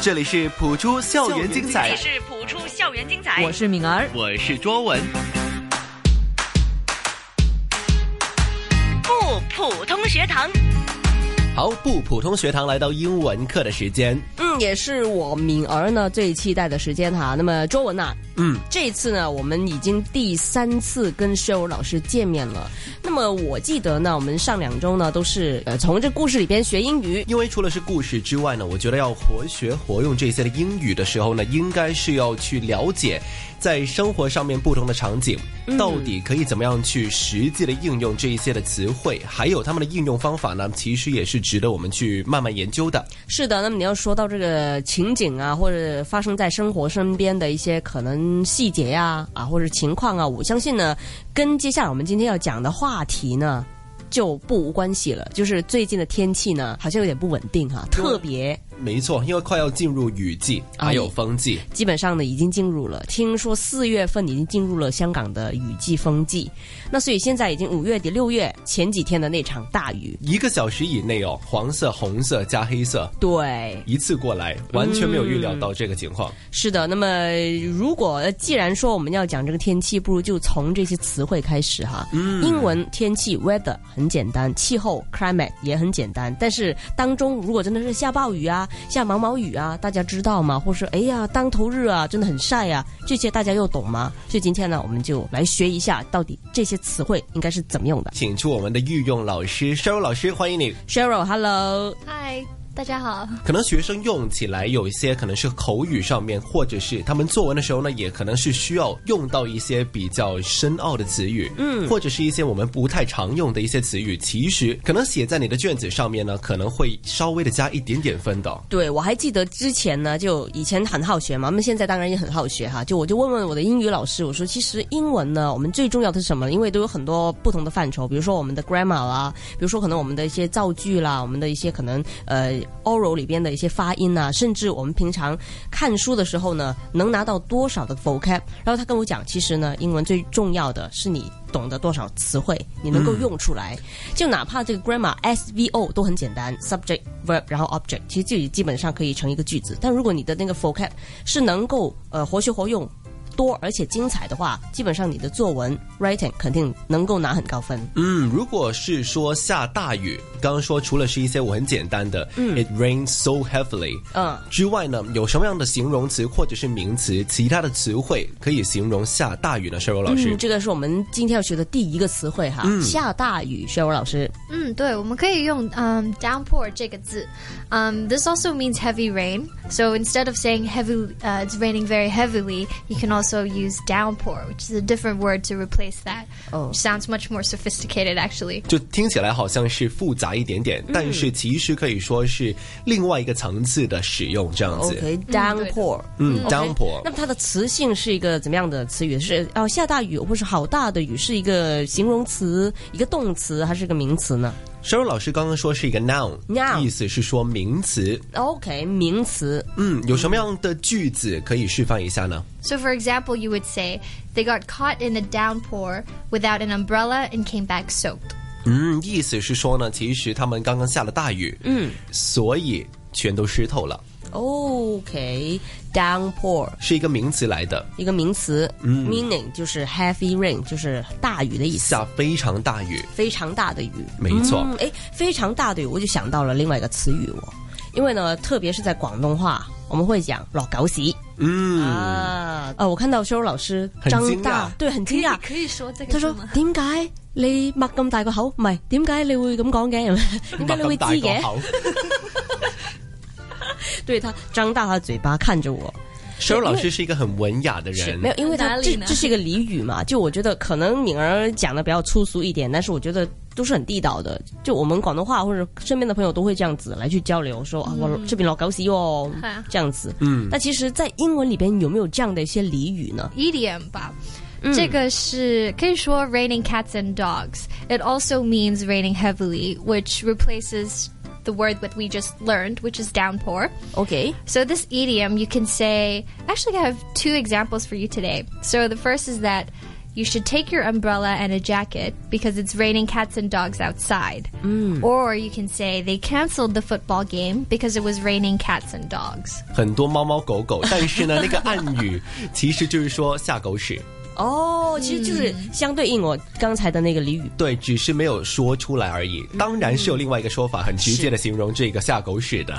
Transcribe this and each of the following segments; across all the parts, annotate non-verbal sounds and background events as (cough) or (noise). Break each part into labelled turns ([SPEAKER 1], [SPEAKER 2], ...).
[SPEAKER 1] 这里是普出校园精彩
[SPEAKER 2] 也，是谱出校园精彩。
[SPEAKER 3] 我是敏儿，
[SPEAKER 1] 我是卓文。
[SPEAKER 2] 不普通学堂，
[SPEAKER 1] 好，不普通学堂来到英文课的时间，
[SPEAKER 3] 嗯，也是我敏儿呢最期待的时间哈。那么周文呐、
[SPEAKER 1] 嗯，
[SPEAKER 3] 这次呢，我们已经第三次跟 s h e 老师见面了。那么我记得呢，我们上两周呢都是呃从这故事里边学英语，
[SPEAKER 1] 因为除了是故事之外呢，我觉得要活学活用这些的英语的时候呢，应该是要去了解在生活上面不同的场景，到底可以怎么样去实际的应用这一些的词汇，还有他们的应用方法呢，其实也是值得我们去慢慢研究的。
[SPEAKER 3] 是的，那么你要说到这个情景啊，或者发生在生活身边的一些可能细节呀、啊，或者情况啊，我相信呢，跟接下来我们今天要讲的话题呢。就不无关系了，就是最近的天气呢，好像有点不稳定哈、特别
[SPEAKER 1] 没错，因为快要进入雨季，还有风季，
[SPEAKER 3] 基本上呢已经进入了，听说四月份已经进入了香港的雨季风季，那所以现在已经五月底六月前几天的那场大雨，
[SPEAKER 1] 一个小时以内哦，黄色、红色加黑色，
[SPEAKER 3] 对，
[SPEAKER 1] 一次过来，完全没有预料到这个情况。
[SPEAKER 3] 是的，那么如果呃既然说我们要讲这个天气，不如就从这些词汇开始哈。嗯，英文天气 weather 很简单，气候 climate 也很简单，但是当中如果真的是下暴雨啊、下毛毛雨啊，大家知道吗？或是哎呀当头日啊，真的很晒啊，这些大家又懂吗？所以今天呢，我们就来学一下到底这些词汇应该是怎么用的。
[SPEAKER 1] 请出我们的御用老师 Sheryl 老师，欢迎你。
[SPEAKER 3] Cheryl，hello，
[SPEAKER 4] 嗨，大家好。
[SPEAKER 1] 可能学生用起来有一些可能是口语上面，或者是他们作文的时候呢，也可能是需要用到一些比较深奥的词语，嗯，或者是一些我们不太常用的一些词语，其实可能写在你的卷子上面呢，可能会稍微的加一点点分的。
[SPEAKER 3] 对，我还记得之前呢，就以前很好学嘛，那么现在当然也很好学哈。就我就问问我的英语老师，我说其实英文呢，我们最重要的是什么？因为都有很多不同的范畴，比如说我们的 grammar 啦，比如说可能我们的一些造句啦，我们的一些可能呃 oral 里边的一些发音啊，甚至我们平常看书的时候呢，能拿到多少的 vocab。然后他跟我讲，其实呢，英文最重要的是你懂得多少词汇，你能够用出来。就哪怕这个 grammar S V O 都很简单，subject verb 然后 object，其实就基本上可以成一个句子。但如果你的那个 vocab 是能够呃活学活用。多而且精彩的话，基本上你的作文 writing 肯定能够拿很高分。
[SPEAKER 1] 嗯，如果是说下大雨，刚刚说除了是一些我很简单的，嗯，it rains so heavily，
[SPEAKER 3] 嗯
[SPEAKER 1] 之外呢，有什么样的形容词或者是名词，其他的词汇可以形容下大雨呢？肖柔老师，
[SPEAKER 3] 嗯，这个是我们今天要学的第一个词汇哈。下大雨，薛文老师。
[SPEAKER 4] 嗯，对，我们可以用嗯、downpour 这个字。嗯、this also means heavy rain. So instead of saying heavy, uh, it's raining very heavily, you can also use downpour, which is a different word to replace that.
[SPEAKER 3] Oh.
[SPEAKER 4] which sounds much more sophisticated actually.
[SPEAKER 1] 就听起来好像是复杂一点
[SPEAKER 3] 嗯
[SPEAKER 1] 点，但是其实可以说是另外一个层次的使用，这样子。
[SPEAKER 3] OK，downpour，
[SPEAKER 1] 嗯
[SPEAKER 3] ，OK
[SPEAKER 1] downpour
[SPEAKER 3] 那么它的词性是一个怎么样的词语？是哦，下大雨，或是好大的雨，是一个形容词、一个动词，还是一个名词呢
[SPEAKER 1] 肖柔老师刚刚说是一个 noun，,
[SPEAKER 3] Noun
[SPEAKER 1] 意思是说名词。
[SPEAKER 3] ？OK，名词。
[SPEAKER 1] 嗯，有什么样的句子可以示范一下呢？
[SPEAKER 4] So for example, you would say they got caught in a downpour without an umbrella and came back soaked.
[SPEAKER 1] 嗯，意思是说呢，其实他们刚刚下了大雨，嗯，所以全都湿透了。
[SPEAKER 3] OK，downpour、
[SPEAKER 1] 是一个名词来的，
[SPEAKER 3] 一个名词、m
[SPEAKER 1] 嗯
[SPEAKER 3] e a n i n g 就是 heavy rain，就是大雨的意思，
[SPEAKER 1] 下非常大雨。
[SPEAKER 3] 非常大的雨。
[SPEAKER 1] 没错
[SPEAKER 3] 嗯，哎、非常大的雨，我就想到了另外一个词语哦，因为呢，特别是在广东话，我们会讲落狗屎。
[SPEAKER 1] 嗯，
[SPEAKER 3] 啊，呃，我看到修柔老师
[SPEAKER 1] 很
[SPEAKER 3] 张
[SPEAKER 1] 惊
[SPEAKER 3] 大
[SPEAKER 1] 讶，
[SPEAKER 3] 对，很惊讶。
[SPEAKER 4] (laughs)
[SPEAKER 3] 他說：點解你擘咁大個口？唔係點解你會咁
[SPEAKER 1] (laughs)
[SPEAKER 3] 講嘅？ (laughs) 點解你會知
[SPEAKER 1] 擘咁大
[SPEAKER 3] 嘅
[SPEAKER 1] 個？口。
[SPEAKER 3] 對他張大他嘴巴看着我，
[SPEAKER 1] 肖老师是一个很文雅的
[SPEAKER 3] 是
[SPEAKER 1] 人
[SPEAKER 3] (laughs) 没，有，因为他
[SPEAKER 4] 哪
[SPEAKER 3] 这
[SPEAKER 4] 里呢
[SPEAKER 3] 这是一个俚语嘛，就我觉得可能敏儿讲的比较粗俗一点，但是我觉得都是很地道的。就我们广东话或者身边的朋友都会这样子来去交流，说啊，我这边老搞死哦
[SPEAKER 4] 係嗯啊，
[SPEAKER 3] 这样子。
[SPEAKER 1] 嗯
[SPEAKER 3] 那其实，在英文里边有没有这样的一些俚语呢？
[SPEAKER 4] idiom 吧。这个是可以说 raining cats and dogs. It also means raining heavily, which replaces the word that we just learned, which is downpour.
[SPEAKER 3] OK，
[SPEAKER 4] So this idiom you can say actually I have two examples for you today. So the first is that you should take your umbrella and a jacket because it's raining cats and dogs outside. Or you can say they canceled the football game because it was raining cats and dogs.
[SPEAKER 1] 很多猫猫狗狗，但是呢，那个暗语其实就是说下狗屎，
[SPEAKER 3] 哦，其实就是
[SPEAKER 4] 嗯
[SPEAKER 3] 相对应我刚才的那个俚语。
[SPEAKER 1] 对，只是没有说出来而
[SPEAKER 3] 嗯
[SPEAKER 1] 已。当然是有另外一个说法，很直接的形容这个下狗屎
[SPEAKER 3] (laughs)
[SPEAKER 1] 的，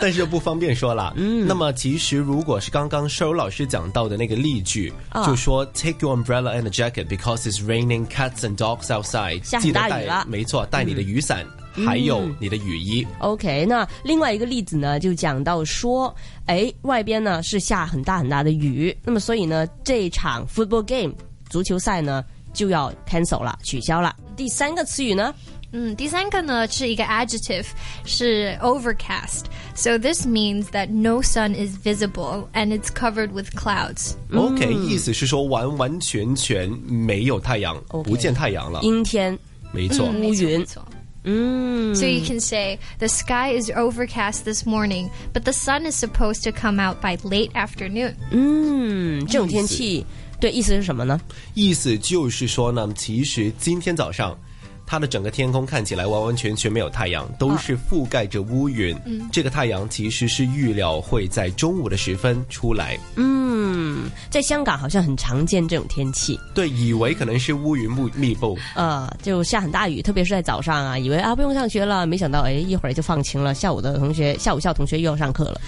[SPEAKER 1] 但是又不方便说了。嗯，那么其实如果是刚刚收老师讲到的那个例句，
[SPEAKER 3] 啊
[SPEAKER 1] 就说 Take your umbrella and a jacket because it's raining cats and dogs outside，
[SPEAKER 3] 下
[SPEAKER 1] 记
[SPEAKER 3] 很
[SPEAKER 1] 得
[SPEAKER 3] 大雨
[SPEAKER 1] 带
[SPEAKER 3] 了，嗯
[SPEAKER 1] 没错，带你的雨伞，还有你的雨衣。
[SPEAKER 3] OK，那另外一个例子呢，就讲到说，哎，外边呢是下很大很大的雨，那么所以呢，这场 football game 足球赛呢就要 cancel 了，取消了。第三个词语呢，
[SPEAKER 4] 嗯，第三个呢是一个 adjective，是 overcast. So this means that no sun is visible and it's covered with clouds.
[SPEAKER 3] 嗯
[SPEAKER 1] OK，意思是说完完全全没有太阳，
[SPEAKER 3] OK
[SPEAKER 1] 不见太阳了。
[SPEAKER 3] 阴天，
[SPEAKER 1] 没错，
[SPEAKER 3] 乌云。
[SPEAKER 4] 没错，没错。
[SPEAKER 3] 嗯
[SPEAKER 4] So you can say the sky is overcast this morning, but the sun is supposed to come out by late
[SPEAKER 3] (laughs)
[SPEAKER 4] afternoon.
[SPEAKER 3] 嗯，这种天气，对，意思是什么呢？
[SPEAKER 1] 意思就是说呢，其实今天早上。它的整个天空看起来完完全全没有太阳，都是覆盖着乌云。嗯，这个太阳其实是预料会在中午的时分出来。
[SPEAKER 3] 嗯，在香港好像很常见这种天气，
[SPEAKER 1] 对，以为可能是乌云密密
[SPEAKER 3] (laughs)
[SPEAKER 1] 布，
[SPEAKER 3] 呃，就下很大雨，特别是在早上啊，以为啊不用上学了，没想到哎一会儿就放晴了，下午的同学下午校同学又要上课了。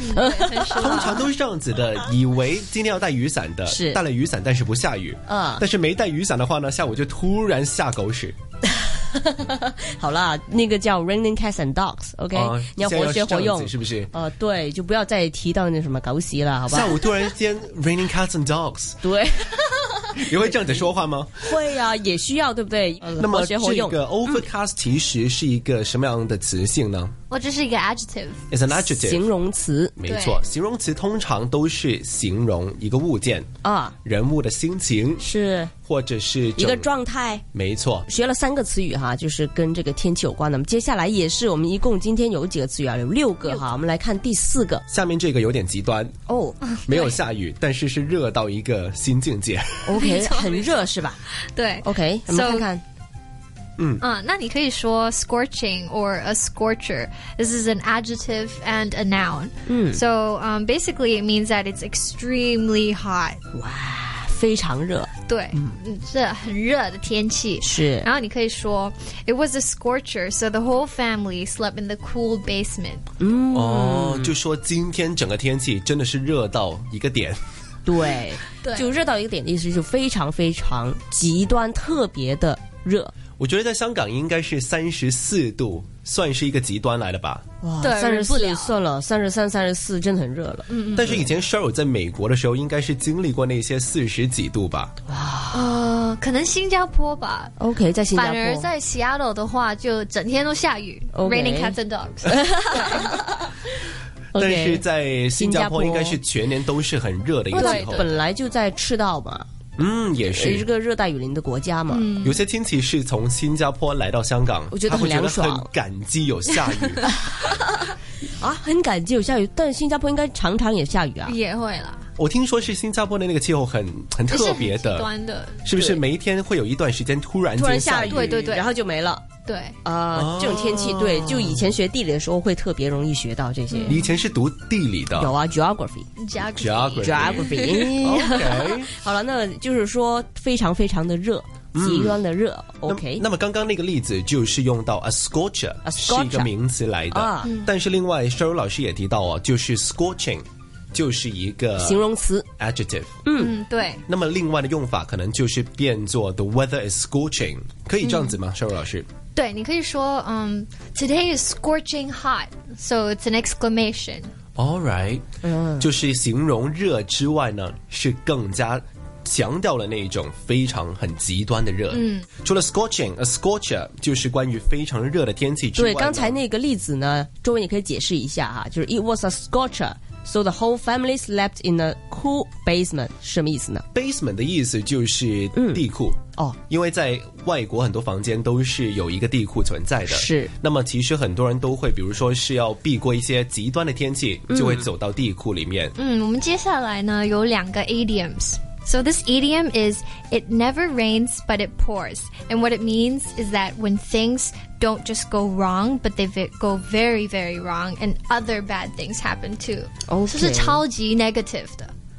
[SPEAKER 1] 通常都是这样子的。以为今天要带雨伞的，
[SPEAKER 3] 是
[SPEAKER 1] 带了雨伞，但是不下雨。
[SPEAKER 3] 嗯
[SPEAKER 1] 但是没带雨伞的话呢，下午就突然下狗屎。
[SPEAKER 3] (laughs) 好啦，那个叫 Raining Cats and Dogs，OK，、
[SPEAKER 1] 啊
[SPEAKER 3] 你要
[SPEAKER 1] 现在
[SPEAKER 3] 活学
[SPEAKER 1] 是这
[SPEAKER 3] 活
[SPEAKER 1] 样
[SPEAKER 3] 用
[SPEAKER 1] 子，是不是？
[SPEAKER 3] 呃，对，就不要再提到那什么狗屎了，好吧
[SPEAKER 1] 下？午突然间 raining cats and
[SPEAKER 3] (laughs)
[SPEAKER 1] dogs，
[SPEAKER 3] 对，
[SPEAKER 1] 你会这样子说话吗？
[SPEAKER 3] 会啊，也需要，对不对？呃
[SPEAKER 1] 那么
[SPEAKER 3] 活学
[SPEAKER 1] 这
[SPEAKER 3] 活用。
[SPEAKER 1] 个 overcast 其实是一个什么样的词性呢
[SPEAKER 4] 我这是一个 adjective。
[SPEAKER 1] ？It's an adjective，
[SPEAKER 3] 形容词
[SPEAKER 1] 没错，形容词通常都是形容一个物件、
[SPEAKER 3] 啊，
[SPEAKER 1] 人物的心情，
[SPEAKER 3] 是
[SPEAKER 1] 或者是
[SPEAKER 3] 一个
[SPEAKER 1] 整。
[SPEAKER 3] 状态。
[SPEAKER 1] 没错，
[SPEAKER 3] 学了三个词语哈，就是跟这个天气有关的。那么接下来也是我们一共今天有几个词语啊？有六个哈，我们来看第四个
[SPEAKER 1] 下面这个有点极端，
[SPEAKER 3] 哦。
[SPEAKER 1] 没有下雨，但是是热到一个新境界。 (laughs)
[SPEAKER 3] OK，很热是吧
[SPEAKER 4] 对
[SPEAKER 3] ？OK，我们
[SPEAKER 4] So-
[SPEAKER 3] 看看
[SPEAKER 4] 啊，那你可以说 scorching or a scorcher. This is an adjective and a noun. So um, basically, it means that it's extremely hot.
[SPEAKER 3] 非常热嗯
[SPEAKER 4] 对，这很热的天气。
[SPEAKER 3] 是
[SPEAKER 4] 然后你可以说 it was a scorcher, so the whole family slept in the cool basement.
[SPEAKER 3] 嗯
[SPEAKER 1] 哦，就说今天整个天气真的是热到一个点。
[SPEAKER 3] 对，
[SPEAKER 4] 对
[SPEAKER 3] 就热到一个点的意思，就非常非常极端特别的热。
[SPEAKER 1] 我觉得在香港应该是三十四度，算是一个极端来了吧。
[SPEAKER 3] 哇，
[SPEAKER 4] 对
[SPEAKER 3] 三十
[SPEAKER 4] 忍不
[SPEAKER 3] 四
[SPEAKER 4] 了嗯
[SPEAKER 3] 算了，三十三、三十四真的很热了。
[SPEAKER 1] 但是以前 Sheryl 在美国的时候，应该是经历过那些四十几度吧。
[SPEAKER 4] 呃，可能新加坡吧。
[SPEAKER 3] OK，在新加
[SPEAKER 4] 反而
[SPEAKER 3] 坡，
[SPEAKER 4] 在 Seattle 的话，就整天都下雨
[SPEAKER 3] OK
[SPEAKER 4] ，raining cats and
[SPEAKER 3] (laughs)
[SPEAKER 4] dogs。
[SPEAKER 1] 但
[SPEAKER 3] OK
[SPEAKER 1] 是在新加坡
[SPEAKER 3] 新加坡
[SPEAKER 1] 应该是全年都是很热的一个
[SPEAKER 3] 因为
[SPEAKER 1] 气
[SPEAKER 3] 它
[SPEAKER 1] 候。
[SPEAKER 3] 本来就在赤道嘛，
[SPEAKER 1] 嗯，也
[SPEAKER 3] 是一
[SPEAKER 1] 是。
[SPEAKER 3] 个嗯热带雨林的国家嘛。
[SPEAKER 4] 嗯
[SPEAKER 1] 有些亲戚是从新加坡来到香港，
[SPEAKER 3] 我觉
[SPEAKER 1] 他
[SPEAKER 3] 得
[SPEAKER 1] 会
[SPEAKER 3] 很
[SPEAKER 1] 觉
[SPEAKER 3] 凉
[SPEAKER 1] 得
[SPEAKER 3] 爽
[SPEAKER 1] 很感激有下
[SPEAKER 3] (laughs)
[SPEAKER 1] 雨。
[SPEAKER 3] 啊，很感激有下雨，但是新加坡应该常常也下雨啊。
[SPEAKER 4] 也会啦，
[SPEAKER 1] 我听说是新加坡的那个气候很很特别
[SPEAKER 4] 是很极
[SPEAKER 1] 的，
[SPEAKER 4] 端的，
[SPEAKER 1] 是不是？每一天会有一段时间突然
[SPEAKER 3] 突然
[SPEAKER 1] 间
[SPEAKER 3] 下
[SPEAKER 1] 雨，
[SPEAKER 4] 对对对
[SPEAKER 3] 然后就没了
[SPEAKER 4] 对。
[SPEAKER 3] 啊、
[SPEAKER 1] 哦
[SPEAKER 3] 这种天气，对，就以前学地理的时候会特别容易学到这些。
[SPEAKER 1] 你以前是读地理的嗯
[SPEAKER 3] 有啊，geography。
[SPEAKER 1] Geography
[SPEAKER 3] geography，
[SPEAKER 1] ，OK。
[SPEAKER 3] 好了，那就是说非常非常的热，极端的热。
[SPEAKER 1] 嗯
[SPEAKER 3] (laughs)
[SPEAKER 1] 那
[SPEAKER 3] OK，
[SPEAKER 1] 那么刚刚那个例子就是用到 a scorcher，
[SPEAKER 3] A
[SPEAKER 1] 是
[SPEAKER 3] scorcher
[SPEAKER 1] 一个名词来的。
[SPEAKER 3] 啊嗯
[SPEAKER 1] 但是另外，肖柔老师也提到哦，就是 scorching，就是一个
[SPEAKER 3] 形容词
[SPEAKER 1] adjective。
[SPEAKER 4] 嗯，对，
[SPEAKER 1] 那么另外的用法可能就是变作 the weather is scorching，可以这样子吗？肖、柔老师，
[SPEAKER 4] 对，你可以说，嗯、t o d a y is scorching hot, so it's an exclamation。
[SPEAKER 1] All right，嗯，就是形容热之外呢，是更加强调了那一种非常很极端的热。嗯，除了 scorching，a scorcher 就是关于非常热的天气之外
[SPEAKER 3] 对，
[SPEAKER 1] 呢。
[SPEAKER 3] 刚才那个例子呢，周文也可以解释一下哈、就是 It was a scorcher, so the whole family slept in a cool basement，什么意思呢？
[SPEAKER 1] basement 的意思就是地库。
[SPEAKER 3] 哦，
[SPEAKER 1] 因为在外国很多房间都是有一个地库存在的，
[SPEAKER 3] 是
[SPEAKER 1] 那么其实很多人都会，比如说是要避过一些极
[SPEAKER 3] 嗯
[SPEAKER 1] 端的天气，就会走到地库里面。
[SPEAKER 4] 嗯，我们接下来呢有两个 idioms。 So this idiom is it never rains but it pours. And what it means is that when things don't just go wrong, but they ve- go very, very wrong, and other bad things happen too.
[SPEAKER 3] Okay.
[SPEAKER 4] 就是超级 negative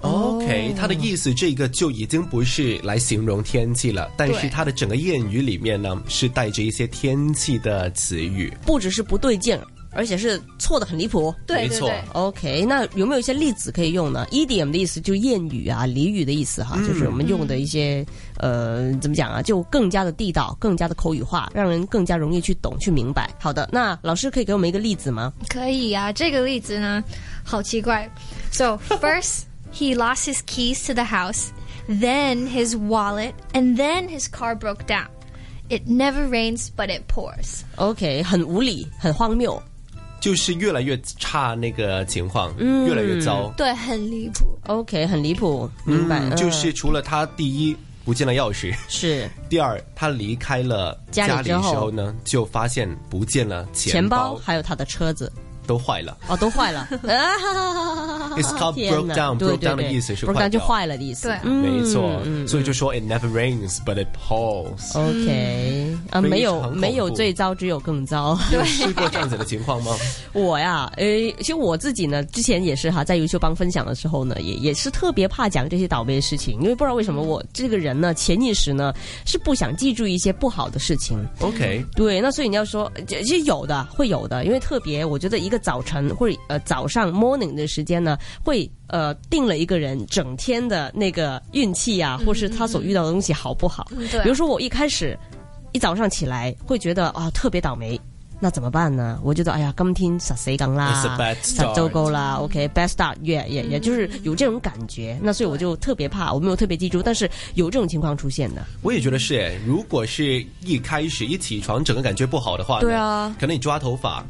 [SPEAKER 1] 哦 OK，它的意思这个就已经不是来形容天气了，但是
[SPEAKER 4] 对
[SPEAKER 1] 它的整个谚语里面呢是带着一些天气的词语。
[SPEAKER 3] 不只是不对劲儿，而且是错的很离谱。
[SPEAKER 1] 没错。
[SPEAKER 4] 的。对对对。
[SPEAKER 3] OK，那有没有一些例子可以用呢？idiom 的意思就是谚语啊、俚语的意思哈，
[SPEAKER 1] 嗯
[SPEAKER 3] 就是我们用的一些呃，怎么讲啊，就更加的地道、更加的口语化，让人更加容易去懂、去明白。好的，那老师可以给我们一个例子吗？
[SPEAKER 4] 可以啊，这个例子呢，好奇怪。So first he lost his keys to the house, then his wallet, and then his car broke down. It never rains but it pours.
[SPEAKER 3] OK，很无理，很荒谬。
[SPEAKER 1] 就是越来越差那个情况，
[SPEAKER 3] 嗯
[SPEAKER 1] 越来越糟。
[SPEAKER 4] 对，很离谱。
[SPEAKER 3] OK，很离谱，明白？
[SPEAKER 1] 嗯，
[SPEAKER 3] 嗯
[SPEAKER 1] 就是除了他第一不见了钥匙， (laughs)
[SPEAKER 3] 是
[SPEAKER 1] 第二他离开了
[SPEAKER 3] 家里
[SPEAKER 1] 家里的
[SPEAKER 3] 之后
[SPEAKER 1] 时候呢，就发现不见了
[SPEAKER 3] 钱
[SPEAKER 1] 包
[SPEAKER 3] 包还有他的车子
[SPEAKER 1] 都坏了。
[SPEAKER 3] 哦，
[SPEAKER 1] (laughs)
[SPEAKER 3] 都坏了。啊
[SPEAKER 1] It's called
[SPEAKER 3] 天
[SPEAKER 1] broke
[SPEAKER 3] 哪
[SPEAKER 1] down.
[SPEAKER 3] 对
[SPEAKER 1] Broke
[SPEAKER 3] 对
[SPEAKER 1] down 的
[SPEAKER 3] 对
[SPEAKER 1] 意思是
[SPEAKER 3] ，broke
[SPEAKER 1] 坏
[SPEAKER 3] down 就
[SPEAKER 1] 掉
[SPEAKER 3] 坏了的意思。
[SPEAKER 4] 对
[SPEAKER 3] 嗯
[SPEAKER 1] 没错，所以就说 it never rains but it pours。
[SPEAKER 3] OK，啊，
[SPEAKER 1] 嗯非
[SPEAKER 3] 没有
[SPEAKER 1] 常
[SPEAKER 3] 没有
[SPEAKER 1] 恐怖
[SPEAKER 3] 最糟，只有更糟。 (laughs)
[SPEAKER 1] 有 (laughs) 试过这样子的情况吗？
[SPEAKER 3] 我呀，诶，其实我自己呢，之前也是哈，在优秀帮分享的时候呢，也也是特别怕讲这些倒霉的事情，因为不知道为什么我这个人呢，潜意识呢是不想记住一些不好的事情。
[SPEAKER 1] OK，
[SPEAKER 3] 对，那所以你要说，这其实有的会有的，因为特别，我觉得一个早晨或者呃早上 morning 的时间呢，会呃定了一个人整天的那个运气啊，或是他所遇到的东西好不好。
[SPEAKER 4] 嗯对
[SPEAKER 3] 比如说我一开始一早上起来会觉得啊特别倒霉。那怎么办呢？我觉得，哎呀，今天实死梗
[SPEAKER 1] It's a
[SPEAKER 3] 啦
[SPEAKER 1] bad，
[SPEAKER 3] 实糟糕啦。OK，best、start，也也也就是有这种感觉。那所以我就特别怕，我没有特别记住，但是有这种情况出现的。
[SPEAKER 1] 我也觉得是诶。如果是一开始一起床整个感觉不好的话呢，
[SPEAKER 3] 对啊
[SPEAKER 1] 可能你抓头发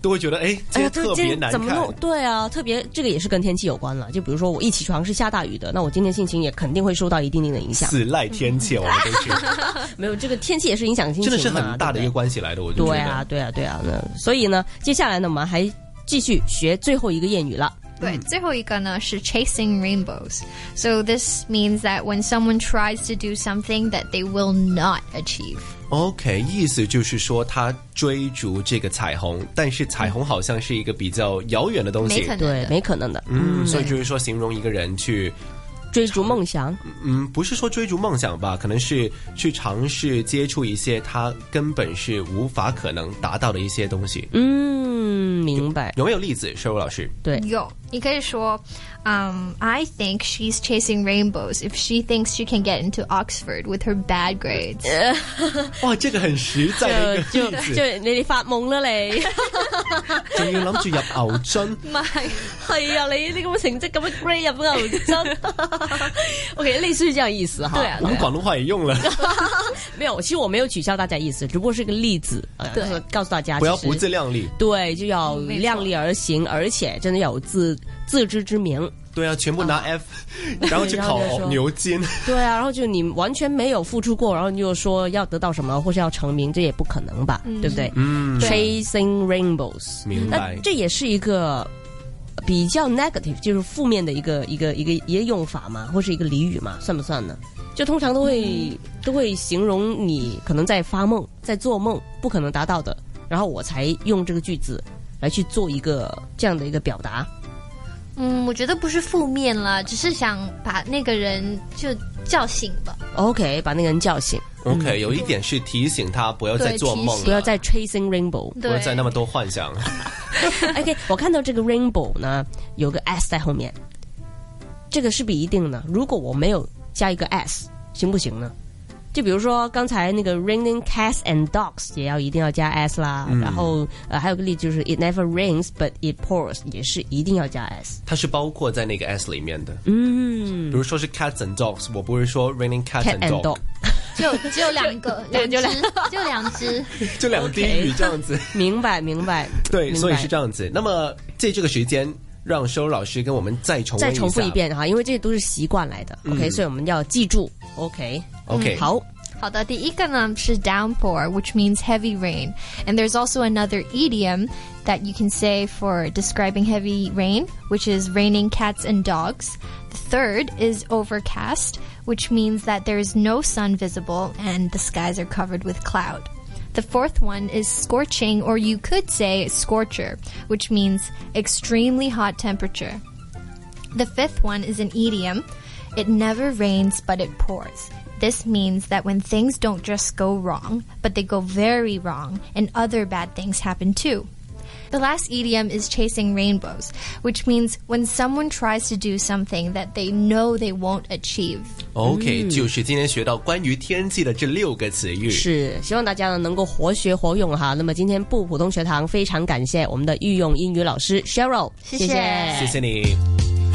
[SPEAKER 1] 都会觉得哎，今天
[SPEAKER 3] 这
[SPEAKER 1] 特别难
[SPEAKER 3] 怎么
[SPEAKER 1] 看。
[SPEAKER 3] 弄？对啊，特别这个也是跟天气有关了。就比如说我一起床是下大雨的，那我今天心情也肯定会受到一定定的影响。
[SPEAKER 1] 死赖天气，我们都是
[SPEAKER 3] 没有这个天气也是影响心情
[SPEAKER 1] 真的
[SPEAKER 3] 嘛
[SPEAKER 1] 是很大的一个
[SPEAKER 3] 对不
[SPEAKER 1] 关系来的，我就
[SPEAKER 3] 对
[SPEAKER 1] 觉
[SPEAKER 3] 对
[SPEAKER 1] 得
[SPEAKER 3] 啊，。对啊，对啊。那所以呢，接下来呢，我们还继续学最后一个谚语了。
[SPEAKER 4] 对，最后一个呢是 chasing rainbows. So this means that when someone tries to do something that they will not achieve.
[SPEAKER 1] OK，意思就是说他追逐这个彩虹，但是彩虹好像是一个比较遥远的东西
[SPEAKER 4] 没可。能
[SPEAKER 3] 对，没可能的。
[SPEAKER 1] 嗯，所以就是说，形容一个人去，
[SPEAKER 3] 追逐梦想，
[SPEAKER 1] 嗯，不是说追逐梦想吧，可能是去尝试接触一些他根本是无法可能达到的一些东西。
[SPEAKER 3] 嗯，明白。
[SPEAKER 1] 有没有例子，社会老师？
[SPEAKER 3] 对，
[SPEAKER 4] 有，你可以说，um, I think she's chasing rainbows if she thinks she can get into Oxford with her bad
[SPEAKER 3] (laughs)
[SPEAKER 4] grades.
[SPEAKER 1] 哇，这个很实在的一个
[SPEAKER 3] 就
[SPEAKER 1] 例
[SPEAKER 3] 就
[SPEAKER 1] 子，
[SPEAKER 3] 你哋發夢啦
[SPEAKER 1] (laughs)
[SPEAKER 3] 你，
[SPEAKER 1] 仲要諗住入牛
[SPEAKER 3] (laughs)
[SPEAKER 1] 津。
[SPEAKER 3] 係啊，你呢咁嘅成績咁嘅 grade 啊入牛津
[SPEAKER 1] (laughs)
[SPEAKER 3] ，OK，類似於這樣意思哈。
[SPEAKER 4] 对啊
[SPEAKER 1] 我们广东话也用
[SPEAKER 3] (laughs)
[SPEAKER 1] 了，
[SPEAKER 3] 没有，其实我没有取消大家意思，只不过是个例子，呃，
[SPEAKER 4] 对
[SPEAKER 3] 就是告诉大家
[SPEAKER 1] 不要
[SPEAKER 3] 其实
[SPEAKER 1] 不自量力。
[SPEAKER 3] 对，就要
[SPEAKER 4] 没错
[SPEAKER 3] 量力而行，而且真的要有自自知之明。
[SPEAKER 1] 对啊，全部拿 F，然后去
[SPEAKER 3] 然后就
[SPEAKER 1] 考
[SPEAKER 3] 说
[SPEAKER 1] 牛津。
[SPEAKER 3] 对啊，然后就你完全没有付出过，然后你又说要得到什么或是要成名，这也不可能吧，对不对？
[SPEAKER 1] 嗯，
[SPEAKER 3] Chasing rainbows，
[SPEAKER 1] 明
[SPEAKER 3] 那
[SPEAKER 1] 白。
[SPEAKER 3] 呃这也是一个。比较 negative 就是负面的一个一个一个一个用法嘛，或是一个俚语嘛，算不算呢？就通常都会、
[SPEAKER 1] 嗯
[SPEAKER 3] 都会形容你可能在发梦、在做梦，不可能达到的，然后我才用这个句子来去做一个这样的一个表达。
[SPEAKER 4] 嗯，我觉得不是负面啦，只是想把那个人就叫醒吧。
[SPEAKER 3] OK，把那个人叫醒，
[SPEAKER 1] OK，有一点是提醒他不要再
[SPEAKER 4] 对
[SPEAKER 1] 做
[SPEAKER 4] 提
[SPEAKER 1] 梦了，
[SPEAKER 4] 醒
[SPEAKER 3] 不要再 chasing rainbow。
[SPEAKER 1] 不要再那么多幻想。
[SPEAKER 3] (laughs) OK，我看到这个 rainbow 呢，有个 s 在后面，这个是不是一定呢？如果我没有加一个 s，行不行呢？就比如说刚才那个 raining cats and dogs 也要一定要加 s 啦，
[SPEAKER 1] 嗯
[SPEAKER 3] 然后呃还有个例子就是 it never rains but it pours 也是一定要加 s。
[SPEAKER 1] 它是包括在那个 S 里面的。比
[SPEAKER 3] 嗯
[SPEAKER 1] 如说是 cats and dogs，我不会说 raining cats
[SPEAKER 3] ，cat
[SPEAKER 1] and
[SPEAKER 3] and
[SPEAKER 1] dog，
[SPEAKER 3] dog，
[SPEAKER 4] 只有只有两个，
[SPEAKER 3] (laughs) 对
[SPEAKER 4] 两只，就两只。
[SPEAKER 1] 就两滴
[SPEAKER 3] OK
[SPEAKER 1] 雨这样 (laughs) 子。
[SPEAKER 3] (laughs) 明白明白。
[SPEAKER 1] (laughs) 对，
[SPEAKER 3] 明白
[SPEAKER 1] 所以是这样子。那么借这个时间，让收老师跟我们再重温
[SPEAKER 3] 再重复
[SPEAKER 1] 下
[SPEAKER 3] 一。遍哈，因为这都是习惯来的。OK，所以我们要记住。OK，
[SPEAKER 1] 嗯
[SPEAKER 3] 嗯
[SPEAKER 1] OK，
[SPEAKER 3] 好，
[SPEAKER 4] 好的，第一个呢是 downpour, which means heavy rain. And there's also another idiom that you can say for describing heavy rain, which is raining cats and dogs. The third is overcast, which means that there is no sun visible and the skies are covered with cloud. The fourth one is scorching, or you could say scorcher, which means extremely hot temperature. The fifth one is an idiom. It never rains, but it pours. This means that when things don't just go wrong, but they go very wrong, and other bad things happen too. The last idiom is chasing rainbows, which means when someone tries to do something that they know they won't achieve.
[SPEAKER 1] OK，、就是
[SPEAKER 3] 嗯
[SPEAKER 1] 今天学到关于天气的这六个词语。
[SPEAKER 3] 是，希望大家呢能够活学活用哈。那么今天不普通学堂非常感谢我们的御用英语老师 Cheryl，
[SPEAKER 4] 谢谢
[SPEAKER 1] 谢谢你。